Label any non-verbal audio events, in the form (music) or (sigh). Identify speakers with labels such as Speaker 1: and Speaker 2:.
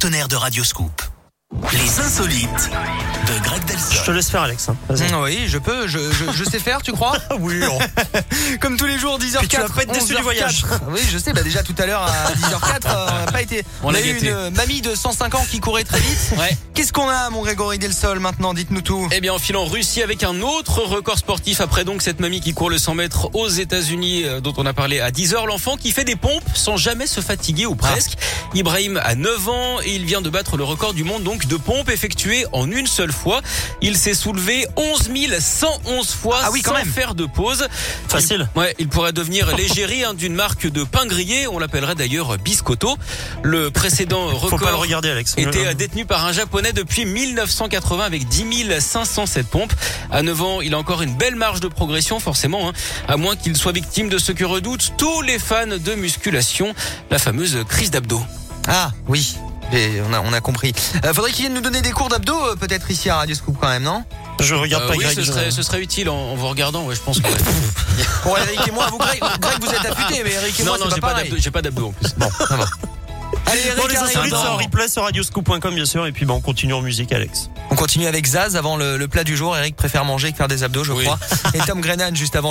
Speaker 1: partenaire de Radioscoop. Les insolites de Greg
Speaker 2: Je te
Speaker 1: Delsol.
Speaker 2: laisse faire, Alex. hein. Vas-y.
Speaker 3: Mm, Oui, je peux, je, je- je sais faire, tu crois (laughs)
Speaker 2: Ah oui, non.
Speaker 3: Comme tous les jours, 10h04.
Speaker 2: Puis tu vas pas être déçu du
Speaker 3: 11h04.
Speaker 2: voyage.
Speaker 3: Oui, je sais, bah déjà tout à l'heure à 10h04, euh, on (laughs) n'a pas été.
Speaker 4: On
Speaker 3: On, a
Speaker 4: l'a
Speaker 3: eu
Speaker 4: gâté.
Speaker 3: une euh, mamie de 105 ans qui courait très vite.
Speaker 4: Ouais.
Speaker 3: Qu'est-ce qu'on a, mon Grégory Del Sol, maintenant Dites-nous tout.
Speaker 4: Eh bien, on file en Russie avec un autre record sportif. Après donc cette mamie qui court le 100 mètres aux États-Unis, euh, dont on a parlé à 10 heures, l'enfant qui fait des pompes sans jamais se fatiguer ou presque. Ibrahim a 9 ans et il vient de battre le record du monde donc de pompes effectuées en une seule fois. Il s'est soulevé 11 111 fois
Speaker 3: Ah oui, quand
Speaker 4: sans
Speaker 3: même.
Speaker 4: faire de pause.
Speaker 2: Facile.
Speaker 4: Il, ouais, il pourrait devenir (laughs) l'égérie hein, d'une marque de pain grillé. On l'appellerait d'ailleurs Biscotto. Le précédent Mmh. record
Speaker 2: Faut pas le regarder, Alex.
Speaker 4: était euh, détenu par un japonais depuis 1980 avec 10 507 pompes. À 9 ans, il a encore une belle marge de progression, forcément, hein, à moins qu'il soit victime de ce que redoutent tous les fans de musculation, la fameuse crise d'abdos.
Speaker 3: Ah, oui. Et on, a, on a compris. Euh, faudrait qu'il vienne nous donner des cours d'abdos, euh, peut-être ici à Radio Scoop quand même, non
Speaker 2: Je regarde
Speaker 4: Euh,
Speaker 2: pas
Speaker 4: oui,
Speaker 2: Greg.
Speaker 4: ce
Speaker 2: je-
Speaker 4: serait, ce serait utile en, en vous regardant, ouais, je
Speaker 3: (laughs)
Speaker 4: pense. Que,
Speaker 3: Bon, Eric et moi, vous, Greg, Greg, vous êtes affûtés, mais Eric et
Speaker 4: non,
Speaker 3: moi,
Speaker 4: non,
Speaker 3: c'est
Speaker 4: j'ai
Speaker 3: pas
Speaker 4: pas
Speaker 3: pareil.
Speaker 4: d'abdos- j'ai pas d'abdos en plus.
Speaker 3: Bon, ça va. Allez, Eric,
Speaker 2: Bon, les
Speaker 3: Arrête,
Speaker 2: insolites,
Speaker 3: non.
Speaker 2: c'est en replay sur radioscoop.com, bien sûr. Et puis, bah, on continue en musique, Alex.
Speaker 3: On continue avec Zaz avant le, le plat du jour. Eric préfère manger que faire des abdos, je
Speaker 4: Oui.
Speaker 3: crois. Et Tom Grennan juste avant.